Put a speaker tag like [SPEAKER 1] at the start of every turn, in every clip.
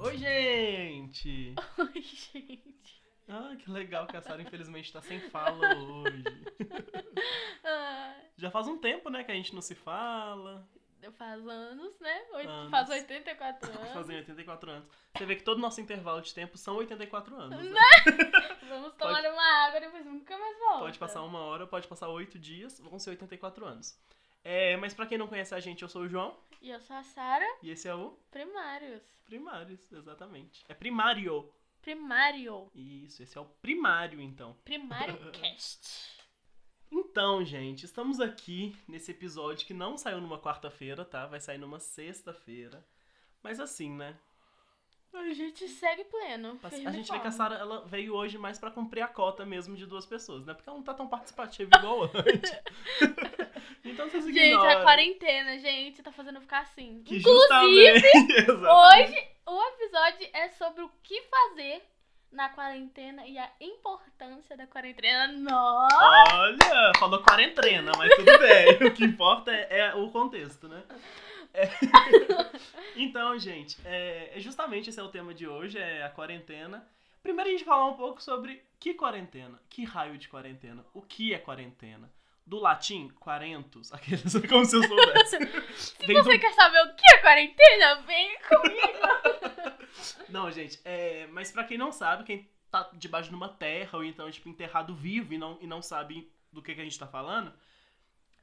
[SPEAKER 1] Oi, gente!
[SPEAKER 2] Oi, gente.
[SPEAKER 1] Ah, que legal que a Sara infelizmente tá sem fala hoje.
[SPEAKER 2] Ah,
[SPEAKER 1] Já faz um tempo, né, que a gente não se fala.
[SPEAKER 2] faz anos, né? Oito-
[SPEAKER 1] Anos.
[SPEAKER 2] Faz 84 anos.
[SPEAKER 1] Fazem 84 anos. Você vê que todo nosso intervalo de tempo são 84 anos. Né?
[SPEAKER 2] Vamos tomar uma água, depois nunca mais volta.
[SPEAKER 1] Pode passar uma hora, pode passar oito dias, vão ser 84 anos. É, mas pra quem não conhece a gente, eu sou o João
[SPEAKER 2] E eu sou a Sara
[SPEAKER 1] e esse é o
[SPEAKER 2] Primários.
[SPEAKER 1] Primários, exatamente. É primário.
[SPEAKER 2] Primário.
[SPEAKER 1] Isso, esse é o primário, então.
[SPEAKER 2] Primário Cast.
[SPEAKER 1] Então, gente, estamos aqui nesse episódio que não saiu numa quarta-feira, tá? Vai sair numa sexta-feira. Mas assim, né?
[SPEAKER 2] A gente segue pleno.
[SPEAKER 1] A
[SPEAKER 2] firme e
[SPEAKER 1] gente vê que a
[SPEAKER 2] forte.
[SPEAKER 1] Sara ela veio hoje mais pra cumprir a cota mesmo de duas pessoas, né? Porque ela não tá tão participativa igual antes. então vocês
[SPEAKER 2] Gente,
[SPEAKER 1] ignoram.
[SPEAKER 2] a quarentena, gente, tá fazendo ficar assim.
[SPEAKER 1] Que
[SPEAKER 2] Inclusive,
[SPEAKER 1] justamente- Exato.
[SPEAKER 2] hoje o episódio é sobre o que fazer na quarentena e a importância da quarentena. Nossa!
[SPEAKER 1] Olha, falou quarentena, mas tudo bem. o que importa é, é o contexto, né? É. Então, gente, é, é justamente esse é o tema de hoje, é a quarentena. Primeiro a gente falar um pouco sobre que quarentena, que raio de quarentena, o que é quarentena. Do latim, quarentos, aqueles como se eu soubesse. Vem do
[SPEAKER 2] Você quer saber o que é quarentena? Vem comigo.
[SPEAKER 1] Não, gente, é, mas pra quem não sabe, quem tá debaixo de uma terra ou então, tipo, enterrado vivo e não, e não sabe do que, que a gente tá falando,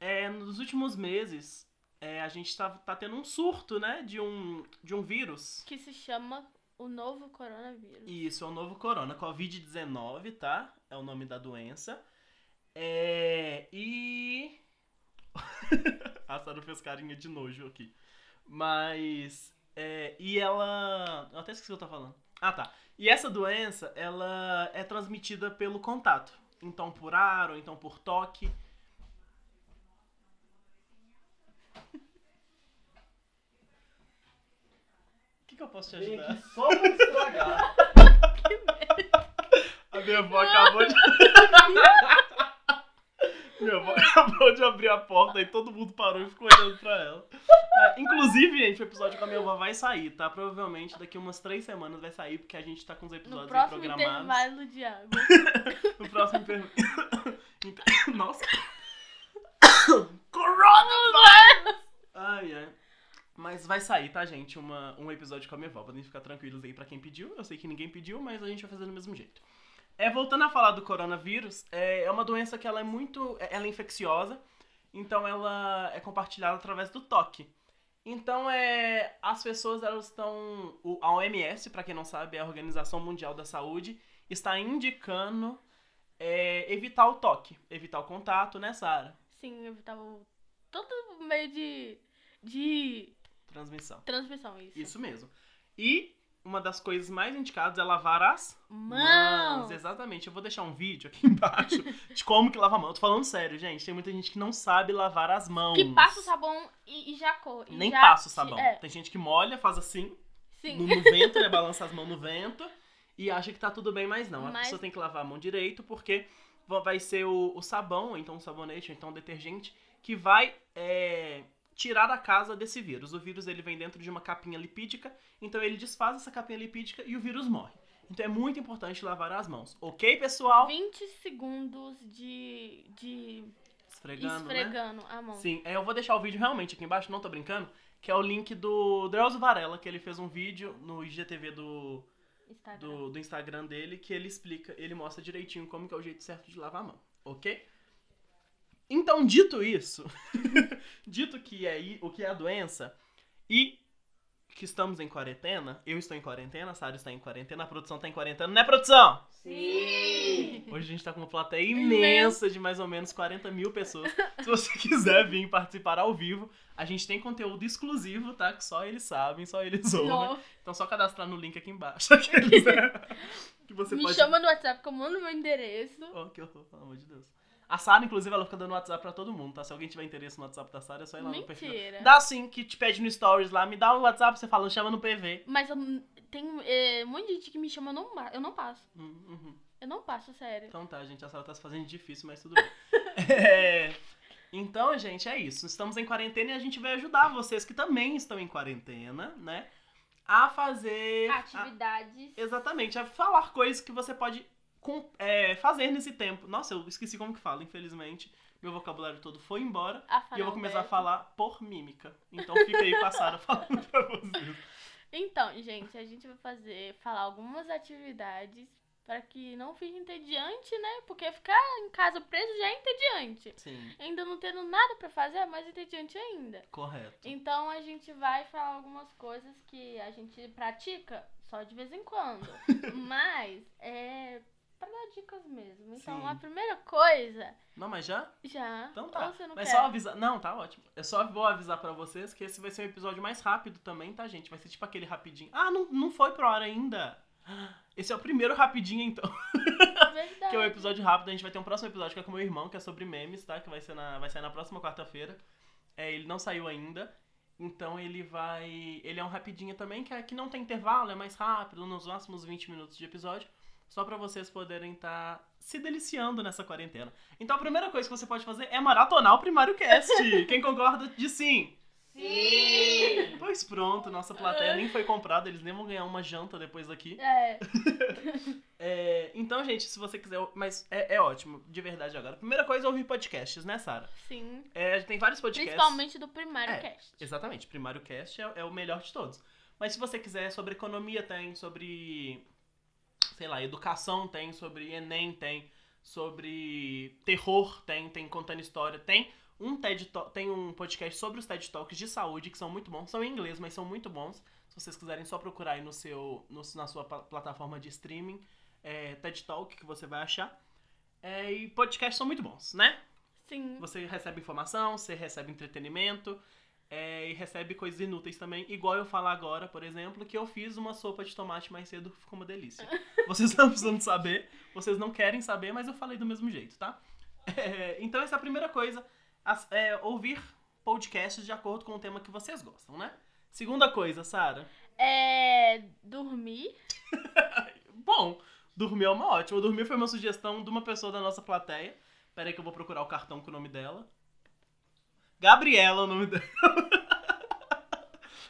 [SPEAKER 1] é, nos últimos meses é, a gente tá, tá tendo um surto, né, de um, de um vírus.
[SPEAKER 2] Que se chama o novo coronavírus.
[SPEAKER 1] E isso é o novo corona, Covid-19, tá? É o nome da doença. É, e. a Sarah fez carinha de nojo aqui. Mas. é, e ela. Eu até esqueci o que eu tô falando. Ah, tá. E essa doença, ela é transmitida pelo contato. Então por ar, ou então por toque. O que, que eu posso te
[SPEAKER 3] Vem
[SPEAKER 1] ajudar?
[SPEAKER 3] aqui só pra estragar.
[SPEAKER 1] A minha avó acabou de. minha avó acabou de abrir a porta e todo mundo parou e ficou olhando pra ela. É, inclusive, gente, o episódio com a minha avó vai sair, tá? Provavelmente daqui umas três semanas vai sair, porque a gente tá com os
[SPEAKER 2] No
[SPEAKER 1] episódios aí
[SPEAKER 2] próximo
[SPEAKER 1] programados.
[SPEAKER 2] intervalo de água.
[SPEAKER 1] No próximo intervalo. Nossa! Coronavirus! Ai, ai. Mas vai sair, tá, gente? Uma, um episódio com a minha avó. Podem ficar tranquilos aí pra quem pediu. Eu sei que ninguém pediu, mas a gente vai fazer do mesmo jeito. É, voltando a falar do coronavírus, é, é uma doença que ela é muito. é- Ela é infecciosa, então ela é compartilhada através do toque. Então, é, as pessoas, elas estão. o- A OMS, pra quem não sabe, é a Organização Mundial da Saúde, está indicando é, evitar o toque, evitar o contato, né, Sara?
[SPEAKER 2] Sim, evitar o... todo meio de... de
[SPEAKER 1] Transmissão.
[SPEAKER 2] transmissão, isso.
[SPEAKER 1] Isso mesmo. E uma das coisas mais indicadas é lavar as
[SPEAKER 2] Mão!
[SPEAKER 1] Exatamente. Eu vou deixar um vídeo aqui embaixo de como que lava a mão. Eu tô falando sério, gente. Tem muita gente que não sabe lavar as mãos.
[SPEAKER 2] Que passa o sabão e, e já cor.
[SPEAKER 1] Nem
[SPEAKER 2] já
[SPEAKER 1] passa o
[SPEAKER 2] te-
[SPEAKER 1] sabão.
[SPEAKER 2] É,
[SPEAKER 1] Tem gente que molha, faz assim,
[SPEAKER 2] sim. é
[SPEAKER 1] no, no vento, né? Balança as mãos no vento e acha que tá tudo bem, mas não. A
[SPEAKER 2] Mas-
[SPEAKER 1] pessoa tem que lavar a mão direito porque va- vai ser o, o sabão, ou então o sabonete, ou então o detergente, que vai é, tirar a casa desse vírus. O vírus ele vem dentro de uma capinha lipídica, então ele desfaz essa capinha lipídica e o vírus morre. Então é muito importante lavar as mãos. Ok, pessoal?
[SPEAKER 2] 20 segundos de, de
[SPEAKER 1] Esfregando,
[SPEAKER 2] esfregando,
[SPEAKER 1] né?
[SPEAKER 2] a mão.
[SPEAKER 1] Sim, é, eu vou deixar o vídeo realmente aqui embaixo, não tô brincando, que é o link do Drauzio Varela, que ele fez um vídeo no IGTV do,
[SPEAKER 2] Instagram.
[SPEAKER 1] do, do Instagram dele que ele explica, ele mostra direitinho como que é o jeito certo de lavar a mão, ok? Então, dito isso, dito que é i- o que é a doença e que estamos em quarentena, eu estou em quarentena, a Sara está em quarentena, a produção está em quarentena, né, produção?
[SPEAKER 3] Sim!
[SPEAKER 1] Hoje a gente tá com uma plateia imensa de mais ou menos 40 mil pessoas. Se você quiser vir participar ao vivo, a gente tem conteúdo exclusivo, tá? Que só eles sabem, só eles ouvem.
[SPEAKER 2] Não,
[SPEAKER 1] Então só cadastrar no link aqui embaixo. Aqueles, né? que você
[SPEAKER 2] me
[SPEAKER 1] pode.
[SPEAKER 2] chama no WhatsApp, que eu mando meu endereço.
[SPEAKER 1] Oh, que horror, pelo amor de Deus. A Sara, inclusive, ela fica dando WhatsApp pra todo mundo, tá? Se alguém tiver interesse no WhatsApp da Sara, é só ir lá no perfil.
[SPEAKER 2] Mentira.
[SPEAKER 1] Dá sim, que te pede no Stories lá, me dá o WhatsApp, você fala, chama no PV.
[SPEAKER 2] Mas eu, tem é, um monte de gente que me chama, eu não, ma- eu não passo.
[SPEAKER 1] Hum, uhum.
[SPEAKER 2] Eu não passo, sério.
[SPEAKER 1] Então tá, gente, a Sara tá se fazendo difícil, mas tudo bem. É, Então, gente, é isso. Estamos em quarentena e a gente vai ajudar vocês que também estão em quarentena, né? a fazer.
[SPEAKER 2] Ah,
[SPEAKER 1] a-
[SPEAKER 2] Atividades.
[SPEAKER 1] Exatamente, é falar coisas que você pode com- é, fazer nesse tempo. Nossa, eu esqueci como que fala, infelizmente. Meu vocabulário todo foi embora.
[SPEAKER 2] A
[SPEAKER 1] E eu vou começar a
[SPEAKER 2] falar.
[SPEAKER 1] falar por mímica. Então fica aí passada falando pra vocês.
[SPEAKER 2] Então, gente, a gente vai fazer, falar algumas atividades para que não fique entediante, né? Porque ficar em casa preso já é entediante.
[SPEAKER 1] Sim,
[SPEAKER 2] Ainda não tendo nada para fazer é mais entediante ainda.
[SPEAKER 1] correto.
[SPEAKER 2] Então a gente vai falar algumas coisas que a gente pratica só de vez em quando. Mas é para dar dicas mesmo. Então
[SPEAKER 1] Sim.
[SPEAKER 2] a primeira coisa
[SPEAKER 1] Não, mas já?
[SPEAKER 2] já.
[SPEAKER 1] Então
[SPEAKER 2] Ou
[SPEAKER 1] tá.
[SPEAKER 2] você não
[SPEAKER 1] Mas
[SPEAKER 2] quer?
[SPEAKER 1] só avisar. Não, tá ótimo. Eu só vou avisar pra vocês que esse vai ser um episódio mais rápido também, tá, gente? Vai ser tipo aquele rapidinho. Ah, não, não foi pro hora ainda. Esse é o primeiro rapidinho, então.
[SPEAKER 2] Verdade.
[SPEAKER 1] Que é um episódio rápido, a gente vai ter um próximo episódio que é com o meu irmão, que é sobre memes, tá? Que vai, ser na, vai sair na próxima quarta-feira. É, ele não saiu ainda. Então ele vai. Ele é um rapidinho também, que, é, que não tem intervalo, é mais rápido, nos máximos 20 minutos de episódio. Só pra vocês poderem estar se deliciando nessa quarentena. Então a primeira coisa que você pode fazer é maratonar o primário cast. Quem concorda diz sim.
[SPEAKER 3] Sim!
[SPEAKER 1] Pois pronto, nossa plateia nem foi comprada, eles nem vão ganhar uma janta depois daqui.
[SPEAKER 2] É,
[SPEAKER 1] É, então, gente, se você quiser. Mas é, é ótimo, de verdade agora. Primeira coisa é ouvir podcasts, né, Sara?
[SPEAKER 2] sim.
[SPEAKER 1] É, tem vários podcasts.
[SPEAKER 2] Principalmente do primário
[SPEAKER 1] É,
[SPEAKER 2] cast.
[SPEAKER 1] Exatamente, Primário Cast é, é o melhor de todos. Mas se você quiser, é sobre economia tem, sobre. Sei lá, educação tem, sobre Enem tem, sobre terror tem, tem contando história, tem. Um TED Talk, tem um podcast sobre os TED Talks de saúde que são muito bons, são em inglês, mas são muito bons. Se vocês quiserem só procurar aí no seu, no- na sua pla- plataforma de streaming, é, TED Talk que você vai achar. É, e podcasts são muito bons, né?
[SPEAKER 2] Sim.
[SPEAKER 1] Você recebe informação, você recebe entretenimento é, e recebe coisas inúteis também. Igual eu falar agora, por exemplo, que eu fiz uma sopa de tomate mais cedo, ficou uma delícia. Vocês não precisam de saber, vocês não querem saber, mas eu falei do mesmo jeito, tá? É, então essa é a primeira coisa, as- é, ouvir podcasts de acordo com o tema que vocês gostam, né? Segunda coisa, Sara.
[SPEAKER 2] É. Dormir.
[SPEAKER 1] Bom, dormir é uma ótima. Dormir foi uma sugestão de uma pessoa da nossa plateia. Peraí que eu vou procurar o cartão com o nome dela. Gabriela é o nome dela.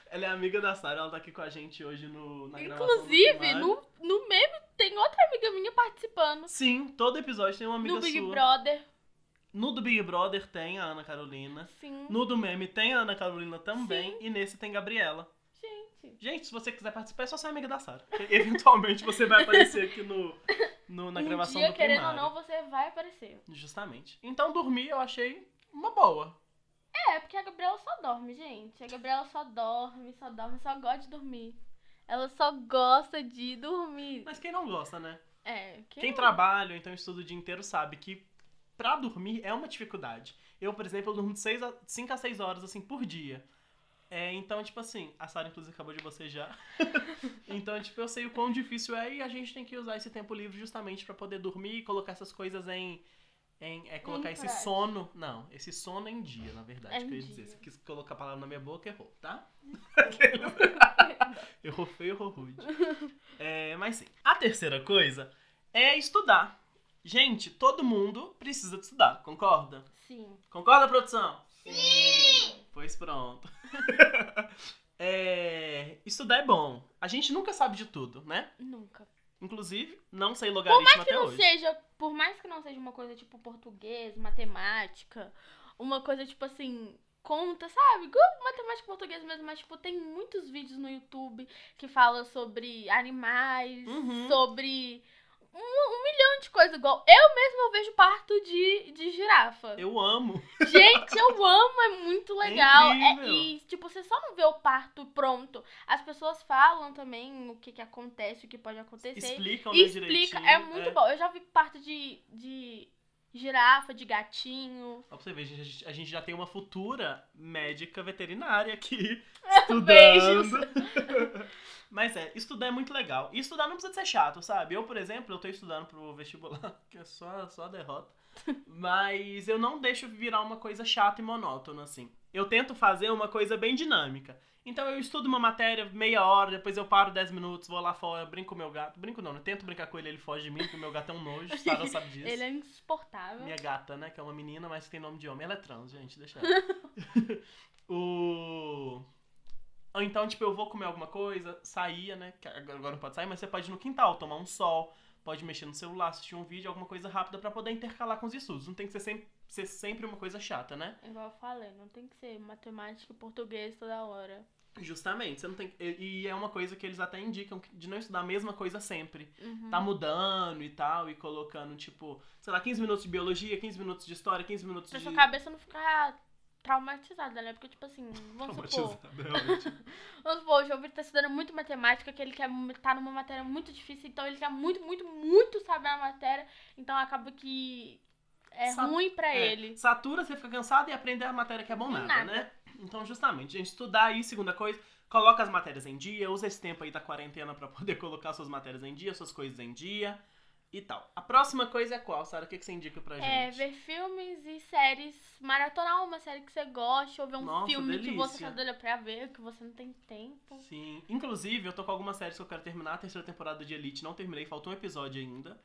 [SPEAKER 1] ela é amiga da Sara, ela tá aqui com a gente hoje no, na gravação. do
[SPEAKER 2] Inclusive,
[SPEAKER 1] primário.
[SPEAKER 2] no, no meme tem outra amiga minha participando.
[SPEAKER 1] Sim, todo episódio tem uma amiga
[SPEAKER 2] no Big
[SPEAKER 1] sua.
[SPEAKER 2] Brother.
[SPEAKER 1] No do Big Brother tem a Ana Carolina.
[SPEAKER 2] Sim.
[SPEAKER 1] No do meme tem a Ana Carolina também. E nesse tem Gabriela.
[SPEAKER 2] Gente.
[SPEAKER 1] Gente, se você quiser participar, é só ser amiga da Sara. porque Eventualmente você vai aparecer aqui no, no- na
[SPEAKER 2] um
[SPEAKER 1] gravação
[SPEAKER 2] dia,
[SPEAKER 1] do
[SPEAKER 2] querendo
[SPEAKER 1] primário.
[SPEAKER 2] ou não, você vai aparecer.
[SPEAKER 1] Justamente. Então dormir eu achei uma boa.
[SPEAKER 2] É, porque a Gabriela só dorme, gente. A Gabriela só dorme, só dorme, só gosta de dormir. Ela só gosta de dormir.
[SPEAKER 1] Mas quem não gosta, né?
[SPEAKER 2] É, quem,
[SPEAKER 1] Quem trabalha ou então estuda o dia inteiro sabe que pra dormir é uma dificuldade. Eu, por exemplo, eu durmo de 6 a, 5 a 6 horas assim por dia. É, então, tipo assim, a Sara inclusive acabou de você já. então, tipo, eu sei o quão difícil é e a gente tem que usar esse tempo livre justamente pra poder dormir e colocar essas coisas em. em é, colocar esse
[SPEAKER 2] prática.
[SPEAKER 1] sono. Não, esse sono em dia, na verdade,
[SPEAKER 2] É
[SPEAKER 1] que
[SPEAKER 2] em
[SPEAKER 1] eu ia dizer.
[SPEAKER 2] dia.
[SPEAKER 1] Se quis colocar a palavra na minha boca, errou, tá? Errou feio, errou rude. É, mas sim. A terceira coisa é estudar. Gente, todo mundo precisa de estudar, concorda?
[SPEAKER 2] Sim.
[SPEAKER 1] Concorda, produção?
[SPEAKER 3] Sim!
[SPEAKER 1] Pois pronto. É, estudar é bom. A gente nunca sabe de tudo, né?
[SPEAKER 2] Nunca.
[SPEAKER 1] Inclusive, não sei logaritmo
[SPEAKER 2] é Que
[SPEAKER 1] até
[SPEAKER 2] não
[SPEAKER 1] hoje.
[SPEAKER 2] seja, por mais que não seja uma coisa tipo português, matemática, uma coisa tipo assim, conta, sabe? Igual matemática e português mesmo, mas tipo, tem muitos vídeos no YouTube que falam sobre animais,
[SPEAKER 1] Uhum.
[SPEAKER 2] sobre um, um milhão de coisas. Igual eu mesma eu vejo parto de, de girafa.
[SPEAKER 1] Eu amo.
[SPEAKER 2] Gente, eu amo, é muito legal. É-
[SPEAKER 1] incrível.
[SPEAKER 2] e, tipo, você só não vê o parto pronto. As pessoas falam também o que, que acontece, o que pode acontecer.
[SPEAKER 1] Explicam né,
[SPEAKER 2] Explica,
[SPEAKER 1] direitinho.
[SPEAKER 2] é muito bom. Eu já vi parto de, de girafa, de gatinho.
[SPEAKER 1] Ó, pra você ver, a gente, a gente já tem uma futura médica veterinária aqui
[SPEAKER 2] É, Beijos.
[SPEAKER 1] estudando. Mas é, estudar é muito legal. E estudar não precisa ser chato, sabe? Eu, por exemplo, eu tô estudando pro vestibular, que é só, só derrota. Mas eu não deixo virar uma coisa chata e monótona, assim. Eu tento fazer uma coisa bem dinâmica. Então eu estudo uma matéria meia hora, depois eu paro 10 minutos, vou lá fora, brinco com o meu gato. Brinco não, eu tento brincar com ele, ele foge de mim, porque o meu gato é um nojo, Sarah sabe disso.
[SPEAKER 2] Ele é insuportável.
[SPEAKER 1] Minha gata, né? Que é uma menina, mas que tem nome de homem. Ela é trans, gente, deixa ela. o... Ou então, tipo, eu vou comer alguma coisa, saía, né? Que agora agora não pode sair, mas você pode ir no quintal, tomar um sol, pode mexer no celular, assistir um vídeo, alguma coisa rápida pra poder intercalar com os estudos. Não tem que ser sempre, ser sempre uma coisa chata, né?
[SPEAKER 2] Igual eu falei, não tem que ser matemática e português toda hora.
[SPEAKER 1] Justamente, você não tem. E e é uma coisa que eles até indicam que- de não estudar a mesma coisa sempre.
[SPEAKER 2] Uhum.
[SPEAKER 1] Tá mudando e tal, e colocando, tipo, sei lá, 15 minutos de biologia, 15 minutos de história, 15 minutos
[SPEAKER 2] Pra
[SPEAKER 1] de.
[SPEAKER 2] sua cabeça não ficar traumatizada, né? Porque, tipo assim, vamos supor.
[SPEAKER 1] Traumatizado, é ótimo.
[SPEAKER 2] Vamos supor, o João Vitor tá estudando muito matemática, que ele quer tá numa matéria muito difícil, então ele quer muito, muito, muito saber a matéria, então acaba que é
[SPEAKER 1] Sabe-
[SPEAKER 2] ruim pra
[SPEAKER 1] É,
[SPEAKER 2] ele.
[SPEAKER 1] Satura, você fica cansado e aprender a matéria que é bom
[SPEAKER 2] Não
[SPEAKER 1] nada,
[SPEAKER 2] nada.
[SPEAKER 1] né? Então, justamente, gente, estudar aí, segunda coisa, coloca as matérias em dia, usa esse tempo aí da quarentena pra poder colocar suas matérias em dia, suas coisas em dia e tal. A próxima coisa é qual, Sara? O que que você indica pra
[SPEAKER 2] É,
[SPEAKER 1] gente?
[SPEAKER 2] ver filmes e séries, maratonar uma série que você gosta, ou ver um
[SPEAKER 1] Nossa,
[SPEAKER 2] filme que você
[SPEAKER 1] delícia.
[SPEAKER 2] tá doida pra ver, que você não tem tempo.
[SPEAKER 1] Sim. Inclusive, eu tô com algumas séries que eu quero terminar. A terceira temporada de Elite não terminei, faltou um episódio ainda.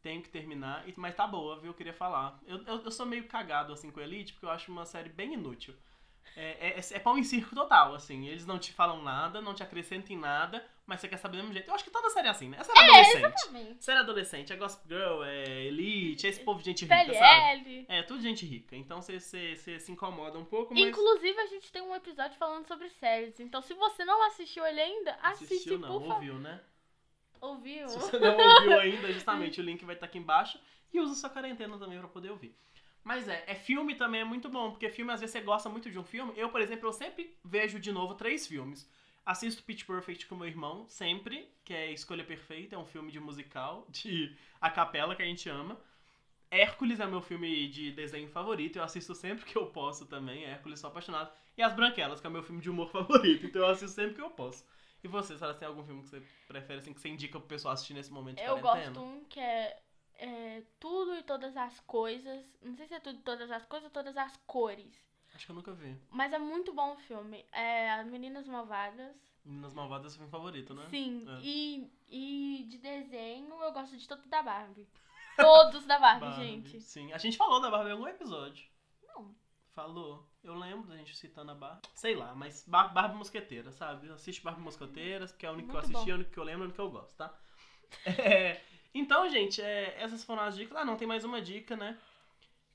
[SPEAKER 1] Tenho que terminar, e- mas tá boa, viu? Eu queria falar. Eu, eu, eu sou meio cagado, assim, com Elite, porque eu acho uma série bem inútil. É, é, é pão em circo total, assim. Eles não te falam nada, não te acrescentam em nada, mas você quer saber do mesmo jeito. Eu acho que toda série é assim, né? Essa era adolescente.
[SPEAKER 2] Exatamente.
[SPEAKER 1] Série adolescente, é Gossip Girl, é Elite, é esse povo de gente rica, sabe?
[SPEAKER 2] PLL.
[SPEAKER 1] É, tudo gente rica. Então você, você, você se incomoda um pouco, mas...
[SPEAKER 2] Inclusive, a gente tem um episódio falando sobre séries. Então, se você não assistiu ele ainda, assiste,
[SPEAKER 1] Assistiu, não,
[SPEAKER 2] por favor.
[SPEAKER 1] ouviu, né?
[SPEAKER 2] Ouviu?
[SPEAKER 1] Se você não ouviu ainda, justamente o link vai estar aqui embaixo. E usa sua quarentena também pra poder ouvir. Mas é, é filme também é muito bom, porque filme às vezes você gosta muito de um filme. Eu, por exemplo, eu sempre vejo de novo três filmes. Assisto Pitch Perfect com meu irmão, sempre, que é Escolha Perfeita, é um filme de musical, de a capela que a gente ama. Hércules é meu filme de desenho favorito, eu assisto sempre que eu posso também, Hércules sou apaixonado. E As Branquelas, que é meu filme de humor favorito, então eu assisto sempre que eu posso. E você, Sara, tem algum filme que você prefere, assim, que você indica pro pessoal assistir nesse momento de
[SPEAKER 2] Eu
[SPEAKER 1] tá quarentena?
[SPEAKER 2] gosto um que é, é Tudo e Todas as Coisas. Não sei se é Tudo e Todas as Coisas ou Todas as Cores.
[SPEAKER 1] Acho que eu nunca vi.
[SPEAKER 2] Mas é muito bom o filme. É As Meninas Malvadas.
[SPEAKER 1] Meninas Malvadas é o filme favorito, né?
[SPEAKER 2] Sim.
[SPEAKER 1] É.
[SPEAKER 2] E, e de desenho, eu gosto de todo da Barbie. Todos da Barbie,
[SPEAKER 1] Barbie,
[SPEAKER 2] gente.
[SPEAKER 1] Sim, a gente falou da Barbie em algum episódio.
[SPEAKER 2] Não.
[SPEAKER 1] Falou. Eu lembro da gente citando a Barbie. Sei lá, mas Bar Barbie Mosqueteira, sabe? Assiste Barbie Mosqueteiras, porque é a única que eu
[SPEAKER 2] Muito
[SPEAKER 1] assisti,
[SPEAKER 2] bom.
[SPEAKER 1] é a única que eu lembro, é a única que eu gosto, tá? É, então, gente, é, essas foram as dicas. Ah, não, tem mais uma dica, né?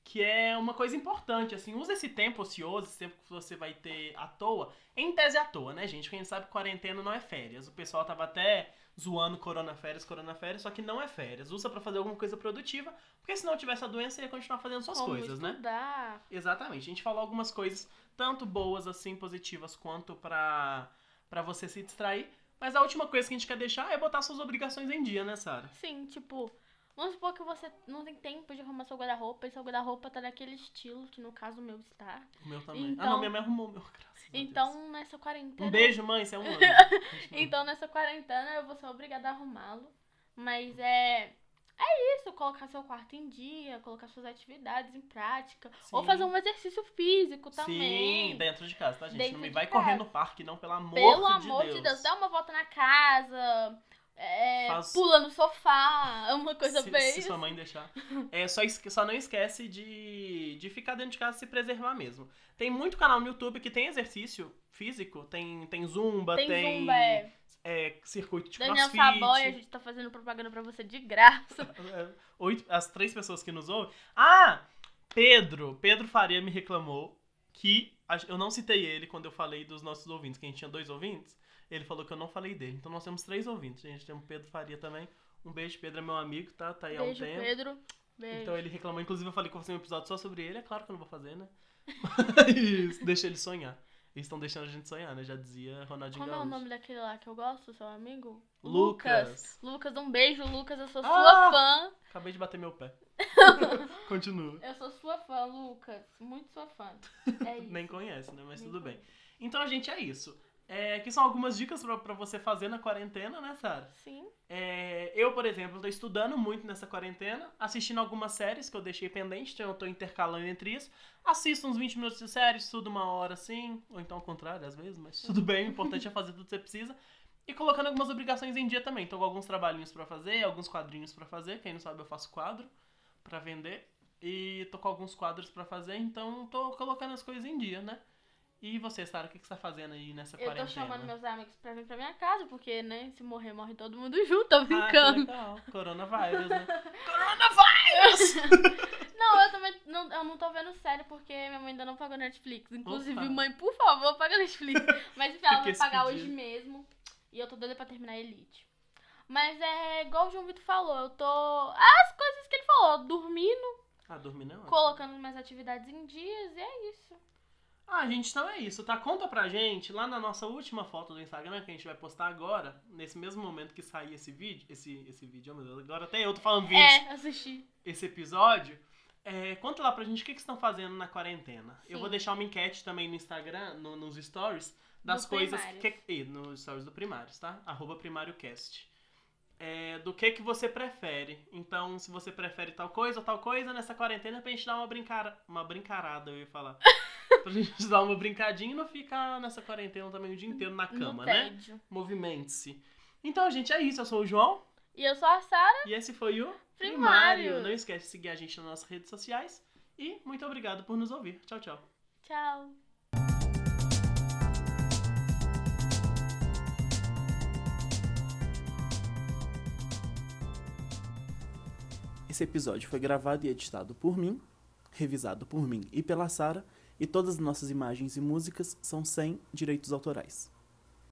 [SPEAKER 1] Que é uma coisa importante, assim, usa esse tempo ocioso, esse tempo que você vai ter à toa, em tese à toa, né, gente? Porque a gente sabe que quarentena não é férias. O pessoal tava até zoando corona férias, corona férias, só que não é férias. Usa pra fazer alguma coisa produtiva, porque se não tivesse a doença, ia continuar fazendo suas
[SPEAKER 2] Como
[SPEAKER 1] coisas, né?
[SPEAKER 2] estudar.
[SPEAKER 1] Exatamente. A gente falou algumas coisas, tanto boas assim, positivas, quanto pra, pra você se distrair. Mas a última coisa que a gente quer deixar é botar suas obrigações em dia, né, Sara?
[SPEAKER 2] Sim, tipo, vamos supor que você não tem tempo de arrumar seu guarda-roupa e seu guarda-roupa tá daquele estilo, que no caso o meu está.
[SPEAKER 1] O meu também. ah,
[SPEAKER 2] Então-
[SPEAKER 1] não, minha mãe arrumou o meu, graças a Deus.
[SPEAKER 2] Então, nessa quarentena.
[SPEAKER 1] Um beijo, mãe, você é um anjo. Continua.
[SPEAKER 2] Então, nessa quarentena, eu vou ser obrigada a arrumá-lo. Mas é. É isso, colocar seu quarto em dia, colocar suas atividades em prática. Ou
[SPEAKER 1] Sim.
[SPEAKER 2] fazer um exercício físico também.
[SPEAKER 1] Sim, dentro de casa, tá, gente?
[SPEAKER 2] Dentro
[SPEAKER 1] não me
[SPEAKER 2] de
[SPEAKER 1] vai
[SPEAKER 2] casa.
[SPEAKER 1] correr no parque, não, pelo amor
[SPEAKER 2] Pelo
[SPEAKER 1] de
[SPEAKER 2] amor
[SPEAKER 1] Deus.
[SPEAKER 2] de Deus, dá uma volta na casa. é,
[SPEAKER 1] Faz-
[SPEAKER 2] Pula no sofá. É uma coisa
[SPEAKER 1] se,
[SPEAKER 2] bem.
[SPEAKER 1] se sua mãe deixar. É, só, esque- só não esquece de, de ficar dentro de casa e se preservar mesmo. Tem muito canal no YouTube que tem exercício físico, tem, tem zumba, tem,
[SPEAKER 2] Tem zumba, é.
[SPEAKER 1] é, circuito de
[SPEAKER 2] Daniel
[SPEAKER 1] crossfit.
[SPEAKER 2] Saboia, a gente tá fazendo propaganda pra você de graça.
[SPEAKER 1] É, oito- as três pessoas que nos ouvem. Ah! Pedro, Pedro Faria me reclamou que a- eu não citei ele quando eu falei dos nossos ouvintes, que a gente tinha dois ouvintes. Ele falou que eu não falei dele. Então nós temos três ouvintes. gente temos Pedro Faria também. Um beijo, Pedro é meu amigo, tá? Tá aí há um
[SPEAKER 2] Beijo,
[SPEAKER 1] tempo.
[SPEAKER 2] Pedro. Beijo.
[SPEAKER 1] Então ele reclamou, inclusive eu falei que eu vou fazer um episódio só sobre ele, é claro que eu não vou fazer, né? Mas deixa ele sonhar. Eles estão deixando a gente sonhar, né? Já dizia Ronaldinho
[SPEAKER 2] Como é o
[SPEAKER 1] Gaúcho.
[SPEAKER 2] nome daquele lá que eu gosto, seu amigo?
[SPEAKER 1] Lucas.
[SPEAKER 2] Lucas, Lucas, um beijo, Lucas. Eu sou
[SPEAKER 1] Ah!
[SPEAKER 2] sua fã.
[SPEAKER 1] Acabei de bater meu pé. Continua.
[SPEAKER 2] Eu sou sua fã, Lucas. Muito sua fã. É isso.
[SPEAKER 1] Nem conhece, né? Mas
[SPEAKER 2] Nem
[SPEAKER 1] tudo bem.
[SPEAKER 2] conheço.
[SPEAKER 1] Então, gente, é isso. É, que são algumas dicas pra, pra você fazer na quarentena, né, Sara?
[SPEAKER 2] Sim.
[SPEAKER 1] É, eu, por exemplo, tô estudando muito nessa quarentena, assistindo algumas séries que eu deixei pendente, então eu tô intercalando entre isso. Assisto uns 20 minutos de série, estudo uma hora assim, ou então ao contrário, às vezes, mas tudo bem, o importante é fazer tudo que você precisa. E colocando algumas obrigações em dia também. Tô com alguns trabalhinhos pra fazer, alguns quadrinhos pra fazer. Quem não sabe, eu faço quadro pra vender. E tô com alguns quadros pra fazer, então tô colocando as coisas em dia, né? E você, Sara, o que que você tá fazendo aí nessa
[SPEAKER 2] Eu tô
[SPEAKER 1] quarentena?
[SPEAKER 2] chamando meus amigos pra vir pra minha casa, porque, né, se morrer, morre todo mundo junto, tô
[SPEAKER 1] Ah, que
[SPEAKER 2] brincando.
[SPEAKER 1] legal. Coronavírus, né?
[SPEAKER 2] Não, eu também não, eu não tô vendo série porque minha mãe ainda não pagou Netflix. Inclusive,
[SPEAKER 1] Opa.
[SPEAKER 2] mãe, por favor, paga Netflix. Mas enfim, ela
[SPEAKER 1] Fica
[SPEAKER 2] vai
[SPEAKER 1] esse
[SPEAKER 2] pagar
[SPEAKER 1] pedido.
[SPEAKER 2] hoje mesmo. E eu tô doida pra terminar Elite. Mas é igual o João Vitor falou, eu tô. As coisas que ele falou, dormindo,
[SPEAKER 1] Ah, dormir não?
[SPEAKER 2] colocando minhas atividades em dias, e é isso.
[SPEAKER 1] Ah, gente, então é isso, tá? Conta pra gente lá na nossa última foto do Instagram, que a gente vai postar agora, nesse mesmo momento que sair esse vídeo. Esse, esse vídeo, oh, meu Deus, agora até eu tô falando vídeo.
[SPEAKER 2] É, assisti.
[SPEAKER 1] Esse episódio. É, conta lá pra gente o que, que vocês estão fazendo na quarentena. Eu
[SPEAKER 2] Sim.
[SPEAKER 1] vou deixar uma enquete também no Instagram, no- nos stories, das
[SPEAKER 2] Do
[SPEAKER 1] coisas.
[SPEAKER 2] Primários.
[SPEAKER 1] Que, e nos stories do primários, tá? Arroba primáriocast. É, do que que você prefere. Então, se você prefere tal coisa ou tal coisa, nessa quarentena pra gente dar uma brincara... Uma brincarada, eu ia falar. pra gente dar uma brincadinha e não ficar nessa quarentena também o dia inteiro na
[SPEAKER 2] no
[SPEAKER 1] cama, né?
[SPEAKER 2] tédio.
[SPEAKER 1] Movimente-se. Então, gente, é isso. Eu sou o João.
[SPEAKER 2] E eu sou a Sara.
[SPEAKER 1] E esse foi o
[SPEAKER 2] Primário.
[SPEAKER 1] Não esquece de seguir a gente nas nossas redes sociais. E muito obrigado por nos ouvir. Tchau, tchau.
[SPEAKER 2] Tchau.
[SPEAKER 1] Esse episódio foi gravado e editado por mim, revisado por mim e pela Sara, e todas as nossas imagens e músicas são sem direitos autorais.